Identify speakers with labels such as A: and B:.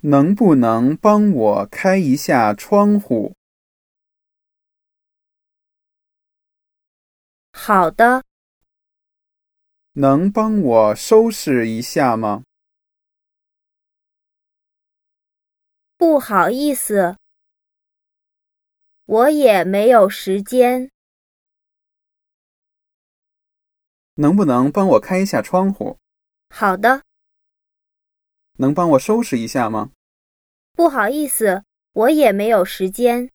A: 能不能帮我开一下窗户？
B: 好的，
A: 能帮我收拾一下吗？
B: 不好意思，我也没有时间。
A: 能不能帮我开一下窗户？
B: 好的，
A: 能帮我收拾一下吗？
B: 不好意思，我也没有时间。